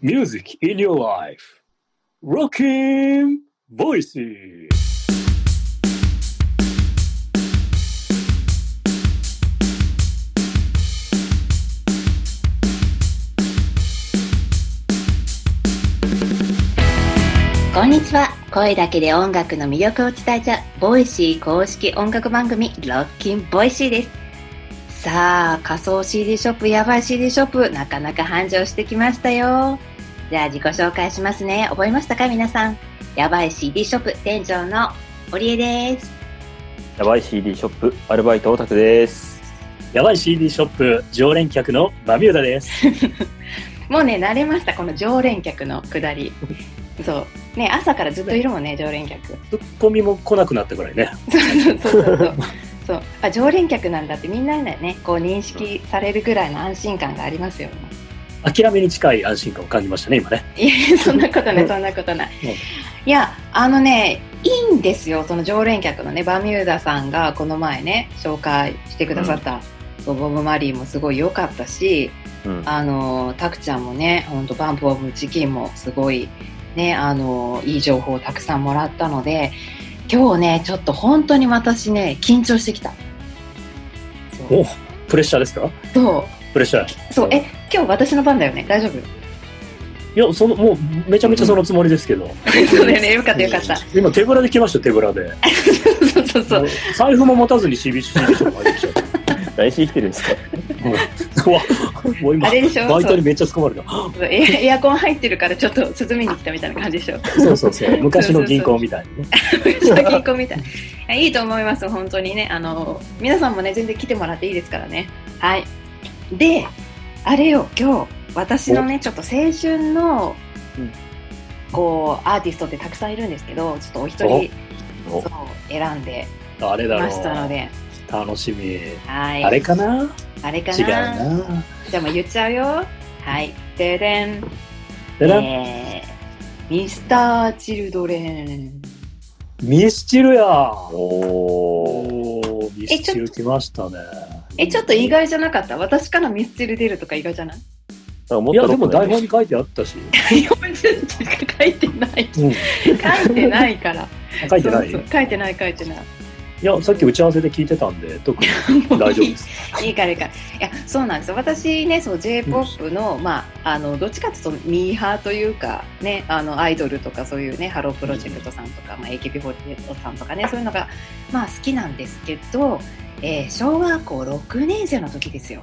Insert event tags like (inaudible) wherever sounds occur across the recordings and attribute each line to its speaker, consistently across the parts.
Speaker 1: Music in your life. Rocking voices.
Speaker 2: こんにちは声だけで音楽の魅力を伝えちゃうボイシー公式音楽番組「ロッキンボイシー」ですさあ仮想 CD ショップやばい CD ショップなかなか繁盛してきましたよじゃあ自己紹介しますね覚えましたか皆さんやばい CD ショップ店長の堀江です
Speaker 3: やばい CD ショップアルバイトオタクです。
Speaker 4: やばい CD ショップ常連客のバミューダ
Speaker 3: (laughs)
Speaker 4: です。
Speaker 2: もうね慣れましたこの常連客のくだりそうね朝からずっといるもんね常連客
Speaker 4: ツッコミも来なくなったぐらいね。
Speaker 2: そうそうそうそう。そうあ常連客なんだってみんなにねこう認識されるぐらいの安心感がありますよね。
Speaker 4: 諦めに近い安心感を感じましたね、今ね。
Speaker 2: いやそんなことないそんなことない。いやあのねいいんですよその常連客のねバミューダさんがこの前ね紹介してくださった、そうボブ・マリーもすごい良かったし
Speaker 3: うん。
Speaker 2: あのタクちゃんもねほんとバンプ・オブ・チキンもすごいねあのいい情報をたくさんもらったので今日ねちょっと本当に私ね緊張してきた。そう
Speaker 4: おプレッシャーですか
Speaker 2: そ
Speaker 4: プレッシャー。
Speaker 2: う、そう、え、今日私の番だよね、大丈夫。 (laughs)
Speaker 4: いや、その、もう、めちゃめちゃそのつもりですけど。
Speaker 2: (laughs) そうだよね、よかった、よかった。
Speaker 4: 今、手ぶらで来ましたよ、手ぶらで。
Speaker 2: そうそうそう
Speaker 4: も、う財布も持たずに CD ショップ入ってき
Speaker 3: (laughs)
Speaker 4: ちゃった
Speaker 3: 来週来てるんですか。
Speaker 4: (laughs) うわもう今
Speaker 2: あ、れでしょ
Speaker 4: バイ
Speaker 2: そ
Speaker 4: トに
Speaker 2: う
Speaker 4: めっちゃ突っ込まれた。
Speaker 2: そうエ、エアコン入ってるから、ちょっと涼みに来たみたいな感じでしょ
Speaker 4: そうそうそう。
Speaker 2: (laughs)
Speaker 4: 昔の銀行みたいにね。
Speaker 2: 銀行みたい。いやいいと思います、本当にね、あの、皆さんもね、全然来てもらっていいですからね。はい。で、あれよ、今日、私のね、ちょっと青春の
Speaker 3: うん。
Speaker 2: こう、アーティストってたくさんいるんですけど、ちょっとお一人、
Speaker 3: お
Speaker 2: そう、選んで
Speaker 4: あれ
Speaker 2: き
Speaker 4: だろ
Speaker 2: ましたの
Speaker 4: う。
Speaker 2: で。
Speaker 4: 楽しみ。
Speaker 2: はい。
Speaker 4: あれかな
Speaker 2: あれかな
Speaker 4: 違うな。
Speaker 2: じゃあもう言っちゃうよ。はい。ででん。
Speaker 4: でね、
Speaker 2: えー、ミスター・チルドレン。
Speaker 4: ミスチルや。
Speaker 3: おー。
Speaker 4: おーミスチル来ましたね。
Speaker 2: え、ちょっと意外じゃなかった私からミスチル出るとか意外じゃない
Speaker 3: なんかもっ
Speaker 4: いや、
Speaker 3: と
Speaker 4: でも
Speaker 3: ロッ
Speaker 4: 台
Speaker 3: クなイメ
Speaker 4: 本
Speaker 3: ージ
Speaker 4: に書いてあったし。
Speaker 2: ?40 とか書いてない。
Speaker 4: うん、
Speaker 2: 書いてないから。
Speaker 4: 書いてない
Speaker 2: そうそう書いてない、書いてない。
Speaker 4: いや、さっき打ち合わせで聞いてたんで、
Speaker 2: (laughs)
Speaker 4: 特に大丈夫です。
Speaker 2: いいからいいから。いや、そうなんですよ。私ね、その J-POP の、まあ、あの、どっちかというとミーハーというか、ね、あの、アイドルとかそういうね、ハロープロジェクトさんとか、まあ、AKB48 さんとかね、そういうのが、まあ、好きなんですけど、えー小学校6年生の時ですよ。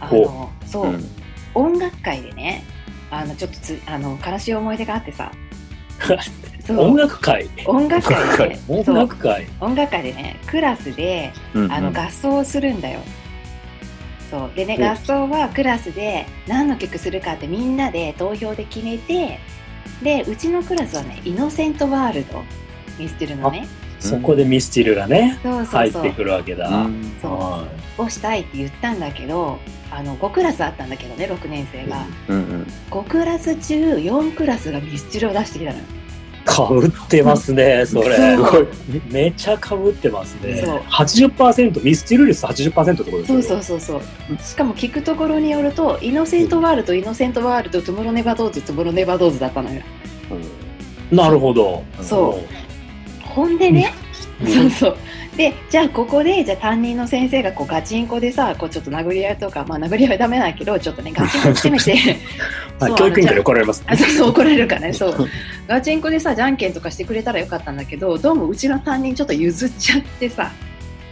Speaker 2: あの
Speaker 4: ほ、
Speaker 2: そう、音楽会でね、あの、ちょっとつ、あの、悲しい思い出があっ
Speaker 4: (laughs)
Speaker 2: てさ、そ
Speaker 4: 音
Speaker 2: う、
Speaker 4: 楽会
Speaker 2: 音楽会で、
Speaker 4: 音
Speaker 2: そう
Speaker 4: 楽会
Speaker 2: 音楽会でね、クラスで、
Speaker 3: うんうん
Speaker 2: あの合奏をするんだよ。そうでね
Speaker 3: お
Speaker 2: 合奏はクラスで何の曲するかってみんなで投票で決めてでうちのクラスはね「イノセントワールド」ミスチルのね
Speaker 4: そこでミスチルがね、
Speaker 2: そうそう
Speaker 4: 入っ
Speaker 2: そ
Speaker 4: て
Speaker 2: う
Speaker 4: くるわけだ。
Speaker 3: うん
Speaker 2: そ
Speaker 4: は
Speaker 2: うをしたいって言ったんだけどあの5クラスあったんだけどね6年生
Speaker 4: い
Speaker 2: が、
Speaker 3: うん
Speaker 2: 5クラス中4クラスがミスチルを出してきたのよ。
Speaker 4: かぶってますね、それ
Speaker 3: うん。。すごい。
Speaker 4: めちゃかぶってますね
Speaker 2: そう。
Speaker 4: 80%、ミスチル率80%ってことです。
Speaker 2: そうそううそうそう。しかも聞くところによると、イノセントワールド、イノセントワールド、トゥモロネバドーズ、トゥモロネバドーズだったのよ。
Speaker 4: なるほど。
Speaker 2: そうほんでね、
Speaker 4: うん。
Speaker 2: そうそう。で、じゃあここで、じゃあ担任の先生がこうガチンコでさ、こうちょっと殴り合いとか、まあ殴り合いはダメだけど、ちょっとね、ガチンコしてみ (laughs) て
Speaker 4: はい
Speaker 2: そう
Speaker 4: 教育委員会で
Speaker 2: あの
Speaker 4: 怒られます
Speaker 2: じゃああそうそう怒られるからね、そう。ガチンコでさ、じゃんけんとかしてくれたらよかったんだけど、どうもうちの担任ちょっと譲っちゃってさ、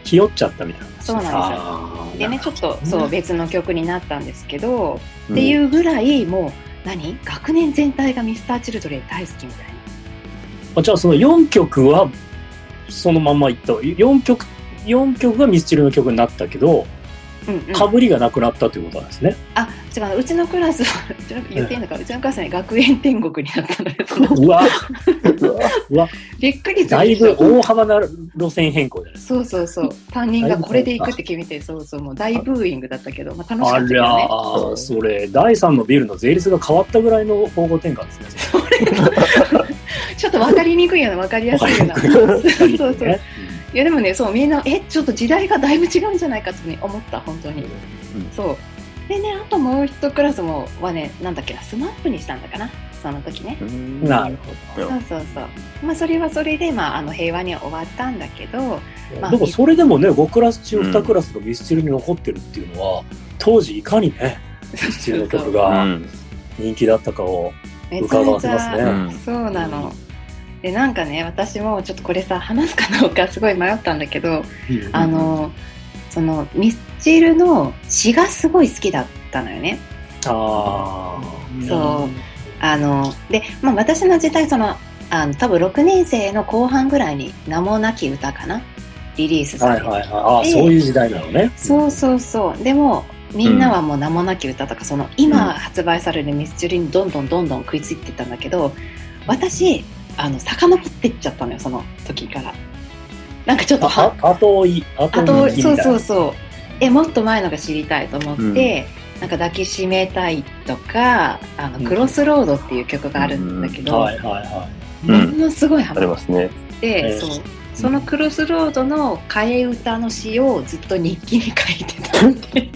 Speaker 4: ひよっちゃったみたいな。
Speaker 2: そうなんですよ
Speaker 4: あー
Speaker 2: でね、ちょっとそう、別の曲になったんですけど、
Speaker 3: っ
Speaker 2: っていううぐらい、もう、何学年全体がミスターチルドレン大好きみたいな。
Speaker 4: あじゃあその4曲はそのまんまいった4曲4曲がミスチルの曲になったけど
Speaker 2: うんうん、
Speaker 4: かぶりがなくなったということなんです
Speaker 2: (laughs)
Speaker 4: ね。
Speaker 2: あ違ううちのクラスはうちの言っていいのか、うちのクラスはね学園天国になったのよその
Speaker 4: (laughs) う
Speaker 2: (laughs)
Speaker 4: わ
Speaker 2: びっくりする
Speaker 4: だいぶ大幅な路線変更じゃないです
Speaker 2: そうそうそう担任がこれで行くって決めてそうそうもう大ブーイングだったけど、まあ、楽し
Speaker 4: か。
Speaker 2: か
Speaker 4: あ
Speaker 2: ったけど
Speaker 4: ら
Speaker 2: ね
Speaker 4: ーそれ第3のビルの税率が変わったぐらいの方向転換ですね。
Speaker 2: ちょっと分かりにくいような分かりやすいような
Speaker 4: わか
Speaker 2: (laughs) そ
Speaker 4: り
Speaker 2: うそう
Speaker 4: やっぱ
Speaker 2: そう
Speaker 4: りね
Speaker 2: いやでもねそうみんなえちょっと時代がだいぶ違うんじゃないかって思った本当に、
Speaker 3: ん
Speaker 2: そうでね、あともう一クラスもはね、なんだっけな、スマップにしたんだかな、その時ね。
Speaker 4: なる
Speaker 3: ほ
Speaker 2: そうそうそう。まあ、それはそれで、まあ、あの平和には終わったんだけど、まあ
Speaker 4: でもそれでもね5クラス中2クラスがミスチルに残ってるっていうのは、当時いかにねミスチルの
Speaker 2: (laughs)
Speaker 4: 曲
Speaker 3: う
Speaker 4: が
Speaker 3: ん。
Speaker 4: 人気だったかを、
Speaker 2: めちゃめち
Speaker 4: 伺わせますね
Speaker 2: ゃ、
Speaker 3: うん
Speaker 2: そうなの。で、なんかね、私もちょっとこれさ、話すかどうかすごい迷ったんだけど、あの、そのミスチルの詩がすごい好きだったのよね。
Speaker 4: あー
Speaker 2: そうあので、まあ、私の時代そのあの多分6年生の後半ぐらいに「名もなき歌」かなリリースさ
Speaker 4: は
Speaker 2: れ
Speaker 4: い
Speaker 2: て、
Speaker 4: はいはいあー
Speaker 2: で
Speaker 4: そういう時代なのね
Speaker 2: そうそうそうでもみんなはもう「名もなき歌」とかその今発売されるミスチルにどんどんどんどん食いついてったんだけど私あの遡ってっちゃったのよその時から。なんかちょっと
Speaker 4: あ
Speaker 2: は
Speaker 4: あ後追い後
Speaker 2: あと
Speaker 4: 追いみた
Speaker 2: そ
Speaker 4: いうな
Speaker 2: そうそうえもっと前のが知りたいと思って、なんか抱きしめたいとか「あの
Speaker 4: うん
Speaker 2: クロスロード」っていう曲があるんだけど、
Speaker 4: はいはいは
Speaker 3: う
Speaker 2: も
Speaker 3: ん。
Speaker 2: のすごいハ
Speaker 3: あり
Speaker 2: マっ
Speaker 3: ますね。
Speaker 2: て、
Speaker 4: えー
Speaker 2: そうそのクロスロードの替え歌の詩をずっと日記に書いてたん
Speaker 3: (laughs)
Speaker 2: で
Speaker 4: い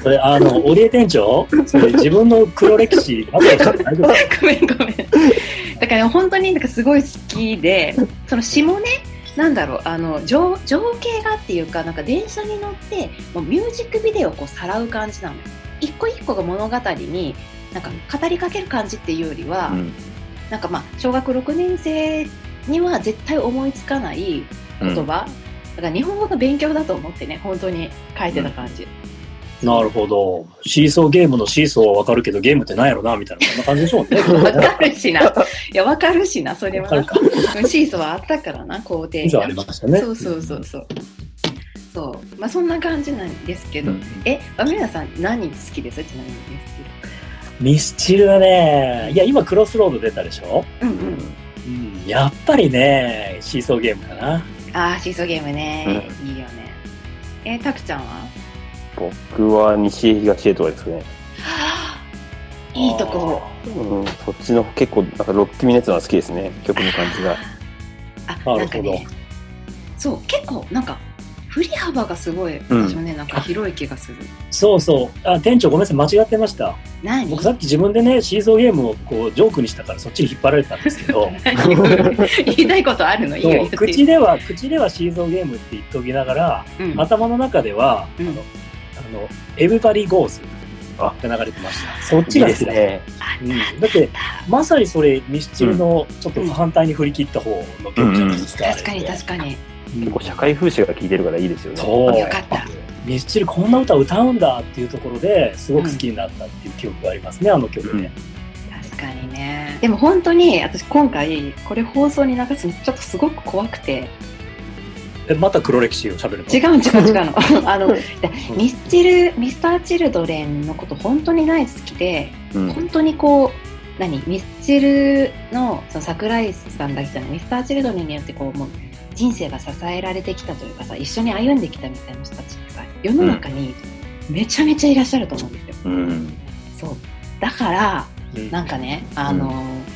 Speaker 4: それあの織江店長それ自分の黒歴史あとで書いて大丈夫
Speaker 2: ごめんごめんだから、ね、本当になんかすごい好きでその詩もねなんだろうあの情情景がっていうかなんか電車に乗ってもうミュージックビデオをこうさらう感じなのよ一個一個が物語になんか語りかける感じっていうよりは、
Speaker 3: うん。
Speaker 2: なんかまあ小学6年生には絶対思いつかない言葉、だから日本語の勉強だと思ってね本当に書いてた感じ、
Speaker 4: なるほどシーソーゲームのシーソーはわかるけどゲームってなんやろなみたいなそんな感じでしょう
Speaker 2: (laughs)
Speaker 4: ね
Speaker 2: わかるしないやわかるしなそれはな
Speaker 4: わか
Speaker 2: うんシーソーはあったからな校庭
Speaker 4: 以
Speaker 2: に
Speaker 4: 上ありましたね
Speaker 2: そうそうそうそうそうまあそんな感じなんですけど、
Speaker 3: うん
Speaker 2: えアメリナさん何好きですちなみにです
Speaker 4: ミスチルはねいや今クロスロード出たでしょ、
Speaker 2: けどうんうん
Speaker 4: うん、やっぱりねシーソーゲームかな
Speaker 2: ああシーソーゲームね、いいよねえタクちゃんは (gasps)
Speaker 3: 僕は西へ東へとかですね。
Speaker 2: いいとこ
Speaker 3: うん。そっちの結構、なんかロッキーみなやつのが好きですね。曲の感じが。
Speaker 2: あ
Speaker 4: なる
Speaker 2: な
Speaker 4: ほど
Speaker 2: んかねそう結構なんか振り幅がすごい
Speaker 3: うん
Speaker 2: 私もね、なんか広い気がする
Speaker 4: そうそうあ店長ごめんなさい間違ってました
Speaker 2: 何
Speaker 4: 僕さっき自分でねシーソーゲームをこうジョークにしたからそっちに引っ張られたんですけ
Speaker 2: (laughs)
Speaker 4: ど
Speaker 2: 言いたいことあるのいいよ
Speaker 4: そ
Speaker 2: 言っ
Speaker 4: う (laughs)
Speaker 2: て
Speaker 4: 口では口ではシーソーゲームって言っておきながら
Speaker 2: うん
Speaker 4: 頭の中では
Speaker 2: うん
Speaker 4: あの「エブバリーゴーズ」が
Speaker 3: あ
Speaker 4: 流れてましたそっ
Speaker 3: い
Speaker 4: ち
Speaker 3: い
Speaker 4: が
Speaker 3: で
Speaker 4: 好き
Speaker 3: す
Speaker 4: だ
Speaker 3: ね。
Speaker 4: うんだってまさにそれミスチルのちょっと反対に振り切った方の曲じゃないですか、
Speaker 2: 確かに確かに
Speaker 3: 結構社会風刺が効いてるからいいですよね。
Speaker 4: そう
Speaker 2: よかった
Speaker 4: ミスチルこんな歌歌うんだっていうところですごく好きになったっていう記憶がありますね、あの曲ね、
Speaker 2: 確かにねでも本当に私今回これ放送に流すのちょっとすごく怖くて
Speaker 4: えまた黒歴史を喋るの
Speaker 2: 違う違う違う
Speaker 4: (laughs)
Speaker 2: のあのいやミスチルミスターチルドレンのこと本当に大好きで
Speaker 3: うん。
Speaker 2: 本当にこう何ミスチルのその桜井さんだけじゃないミスター・チルドレンによってこうもう人生が支えられてきたというかさ一緒に歩んできたみたいな人たちってさ世の中にめちゃめちゃいらっしゃると思うんですよ。
Speaker 3: うん。
Speaker 2: そうだから
Speaker 4: うん
Speaker 2: なんかね、あの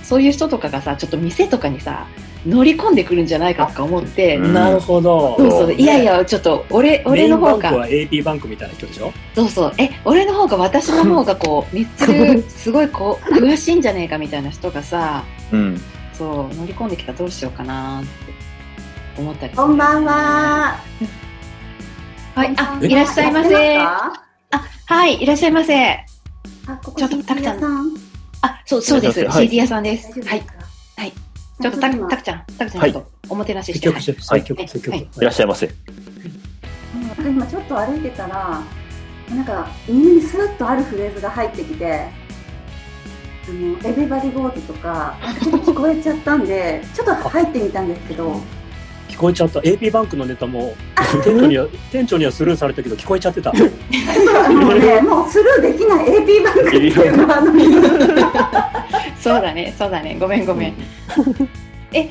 Speaker 2: そういう人とかがさちょっと店とかにさ乗り込んでくるんじゃないかとか思って。
Speaker 3: うん
Speaker 4: なるほど、
Speaker 2: そうそういやいやちょっと俺俺の
Speaker 4: メインバン
Speaker 2: 方
Speaker 4: ク
Speaker 2: が
Speaker 4: は AP バンクみたいな人でしょ
Speaker 2: そうそうえ俺の方が私の方がこうミスチルすごいこう詳しいんじゃねえかみたいな人がさ
Speaker 3: うん。
Speaker 2: そう乗り込んできたらどうしようかなって思ったりする
Speaker 5: こんばんは。
Speaker 2: はいあ
Speaker 4: え
Speaker 2: いらっしゃいませ
Speaker 5: や
Speaker 2: あ
Speaker 5: ってますか
Speaker 2: はいいらっしゃいませ
Speaker 5: あ、ここ
Speaker 2: ちょっと
Speaker 5: CD 屋さん。
Speaker 2: あそうそうです、
Speaker 3: いらっしゃいませはい
Speaker 2: CD 屋さんです
Speaker 5: 大
Speaker 2: は
Speaker 5: 丈夫で
Speaker 2: い
Speaker 5: すか。
Speaker 2: ちょっとた
Speaker 5: 今
Speaker 2: たくちゃんたくちゃん
Speaker 3: はい
Speaker 2: ちょっとおもてなしし
Speaker 4: 積
Speaker 2: て、
Speaker 4: 極
Speaker 2: はい
Speaker 4: して積極
Speaker 2: はい
Speaker 4: 積極
Speaker 2: はい
Speaker 3: いらっしゃいませ。
Speaker 5: うん今ちょっと歩いてたら、なんか耳にスーッとあるフレーズが入ってきて、あのエビバディゴーズとか、なんかちょっと聞こえちゃったんで、ちょっと入ってみたんです
Speaker 2: (laughs)
Speaker 5: けど、
Speaker 4: 聞こえちゃった AP バンクのネタも店長には店長にはスルーされたけど聞こえちゃってた
Speaker 5: あのね、もうスルーできない AP バンクっていう
Speaker 2: (laughs)
Speaker 5: ワードに
Speaker 2: そうだねそうだねごめんごめん、 (laughs) え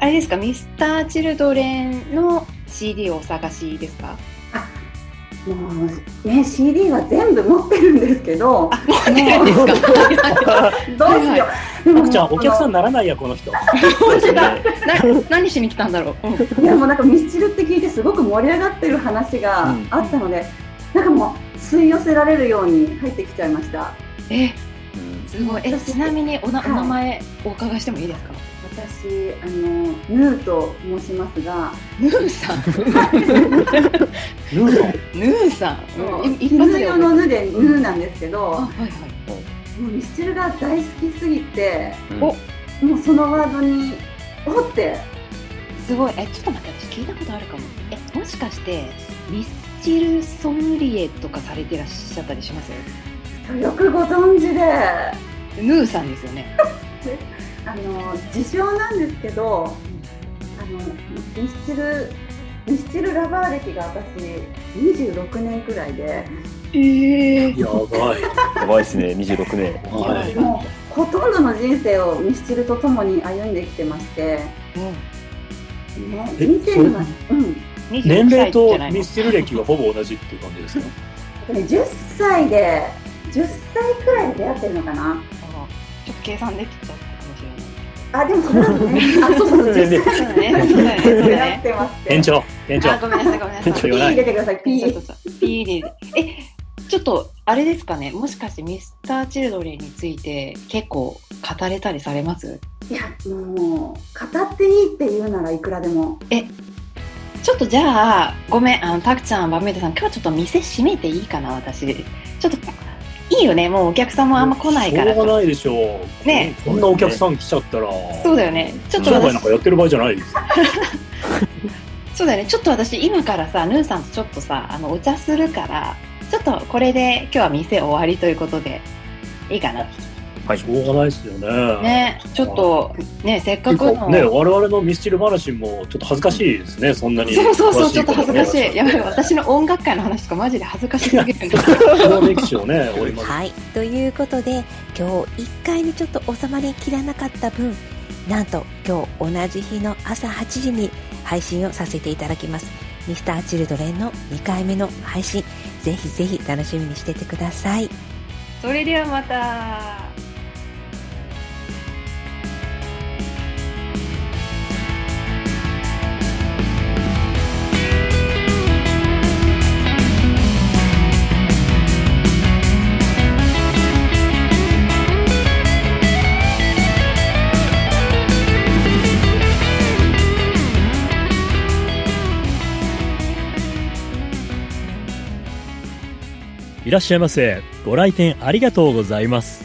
Speaker 2: あれですかミスターチルドレンの CD をお探しですか
Speaker 5: もうね、CD は全部持ってるんですけど、
Speaker 2: 持ってるんですか
Speaker 5: どうしよう。
Speaker 4: た
Speaker 5: でも
Speaker 4: くちゃんお客さん
Speaker 5: あ
Speaker 4: にならないやこの人
Speaker 3: そうですね。
Speaker 2: な何しに来たんだろう、うん
Speaker 5: のいやもうなんかミスチルって聞いてすごく盛り上がってる話があったので、なんかもう吸い寄せられるように入ってきちゃいました。
Speaker 2: え、
Speaker 3: うん
Speaker 2: すごい。え、ちなみにおなお名前お伺いしてもいいですか
Speaker 5: 私、あの、ヌーと申しますが、
Speaker 2: ヌーさん。
Speaker 6: ルーソン。
Speaker 2: (laughs) ヌーさん。うん一発
Speaker 5: 犬
Speaker 2: で
Speaker 5: 用
Speaker 2: 覚
Speaker 5: の
Speaker 2: え
Speaker 5: ヌでヌーなんですけど、
Speaker 2: た。あ、
Speaker 5: も
Speaker 2: はいはい。
Speaker 5: うミスチルが大好きすぎて、
Speaker 2: お
Speaker 5: もうそのワードに、おって、
Speaker 2: すごい。え、ちょっと待って、私聞いたことあるかも。え、もしかして、ミスチルソムリエとかされてらっしゃったりします
Speaker 5: よくご存知で、
Speaker 2: ヌーさんですよね。
Speaker 5: あの、自称なんですけど、あの、ミスチル、ミスチルラバー歴が私、26年くらいで、
Speaker 2: (laughs) ええ
Speaker 6: やばい。
Speaker 3: やばいですね、26年。
Speaker 6: はい。
Speaker 5: もうほとんどの人生をミスチルと共に歩んできてまして、ね、
Speaker 6: え
Speaker 5: 人生の中、うん、
Speaker 2: (laughs)
Speaker 6: 年齢とミスチル歴がほぼ同じっていう感じですか
Speaker 5: でも10歳で、10歳くらいで出会ってるのかな。
Speaker 2: ちょっと計算できちゃったかもしれない。
Speaker 5: あ、でもそれだとね、あ、そうそうそう、10歳
Speaker 2: (laughs) そうだね。そうだね。そう
Speaker 5: で出
Speaker 2: だ
Speaker 5: 会っ
Speaker 6: (laughs)
Speaker 2: ね。
Speaker 5: てますって。
Speaker 6: 延長。延長
Speaker 2: あ、。ごめんなさい、ごめんなさい。
Speaker 6: ちょ
Speaker 5: ピー入れてください、ピ
Speaker 2: ピ
Speaker 5: ー。
Speaker 2: ーピーにえちょっとあれですかねもしかしてミスターチルドレンについて結構語れたりされます
Speaker 5: いや、もう、語っていいって言うならいくらでも。
Speaker 2: ちょっとじゃあごめんあのたくちゃんバメイドさん今日はちょっと店閉めていいかな私ちょっといいよねもうお客さんもあんま来ないから
Speaker 6: しょうが
Speaker 2: さ
Speaker 6: ないでしょう。
Speaker 2: ね
Speaker 6: こんなお客さん来ちゃったら。
Speaker 2: そうだよねちょっと
Speaker 6: 商売
Speaker 2: 私
Speaker 6: なんかやってる場合じゃないです。
Speaker 2: そうだよねちょっと私今からさヌーさんとちょっとさあのお茶するからちょっとこれで今日は店終わりということでいいかな
Speaker 3: はい
Speaker 6: しょうがないですよね。
Speaker 2: ねちょっとねせっか
Speaker 6: 結
Speaker 2: く
Speaker 6: 構
Speaker 2: の
Speaker 6: ね、我々のミスチル話もちょっと恥ずかしいですね、そんなに。
Speaker 2: そうそうそう、ちょっと恥ずかし
Speaker 6: 詳
Speaker 2: い。やばい、私の音楽界の話とかマジで恥ずかしすぎるん (laughs) ですけど。
Speaker 6: この歴史をね、折ります。
Speaker 7: はい。ということで、今日1回にちょっと収まりきらなかった分、なんと今日同じ日の朝8時に配信をさせていただきます。ミスターチルドレンの2回目の配信、ぜひぜひ楽しみにしててください。
Speaker 2: それではまた。
Speaker 4: いらっしゃいませ。ご来店ありがとうございます。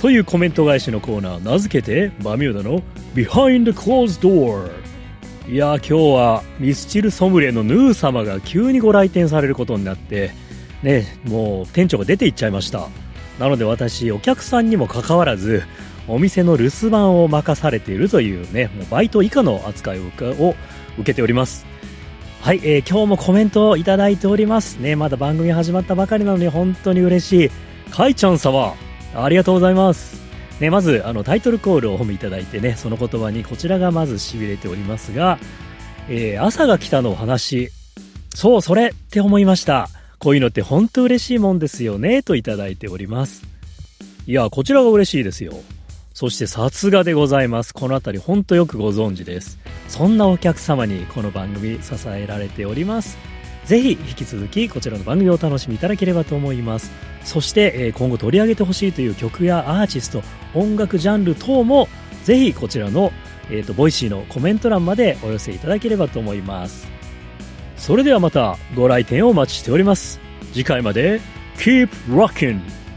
Speaker 4: というコメント返しのコーナー、名付けて、バミューダの Behind Closed Door。いやー、今日はミスチルソムリエのヌー様が急にご来店されることになって、ね、もう店長が出て行っちゃいました。なので私、お客さんにもかかわらず、お店の留守番を任されているというね、もうバイト以下の扱いを受けを受けております。はい、えー今日もコメントをいただいておりますね。まだ番組始まったばかりなのに本当に嬉しい。かいちゃん様、ありがとうございます。ね、まず、あの、タイトルコールをお褒めいただいてね、その言葉にこちらがまず痺れておりますが、えー朝が来たのお話。そう、それって思いました。こういうのって本当嬉しいもんですよね、といただいております。いや、こちらが嬉しいですよ。そして、さすがでございます。このあたり本当よくご存知です。そんなお客様にこの番組支えられております。ぜひ引き続きこちらの番組をお楽しみいただければと思います。そして、えー今後取り上げてほしいという曲やアーティスト、音楽ジャンル等もぜひこちらの、えー、とボイシーのコメント欄までお寄せいただければと思います。それではまたご来店をお待ちしております。次回まで Keep Rockin'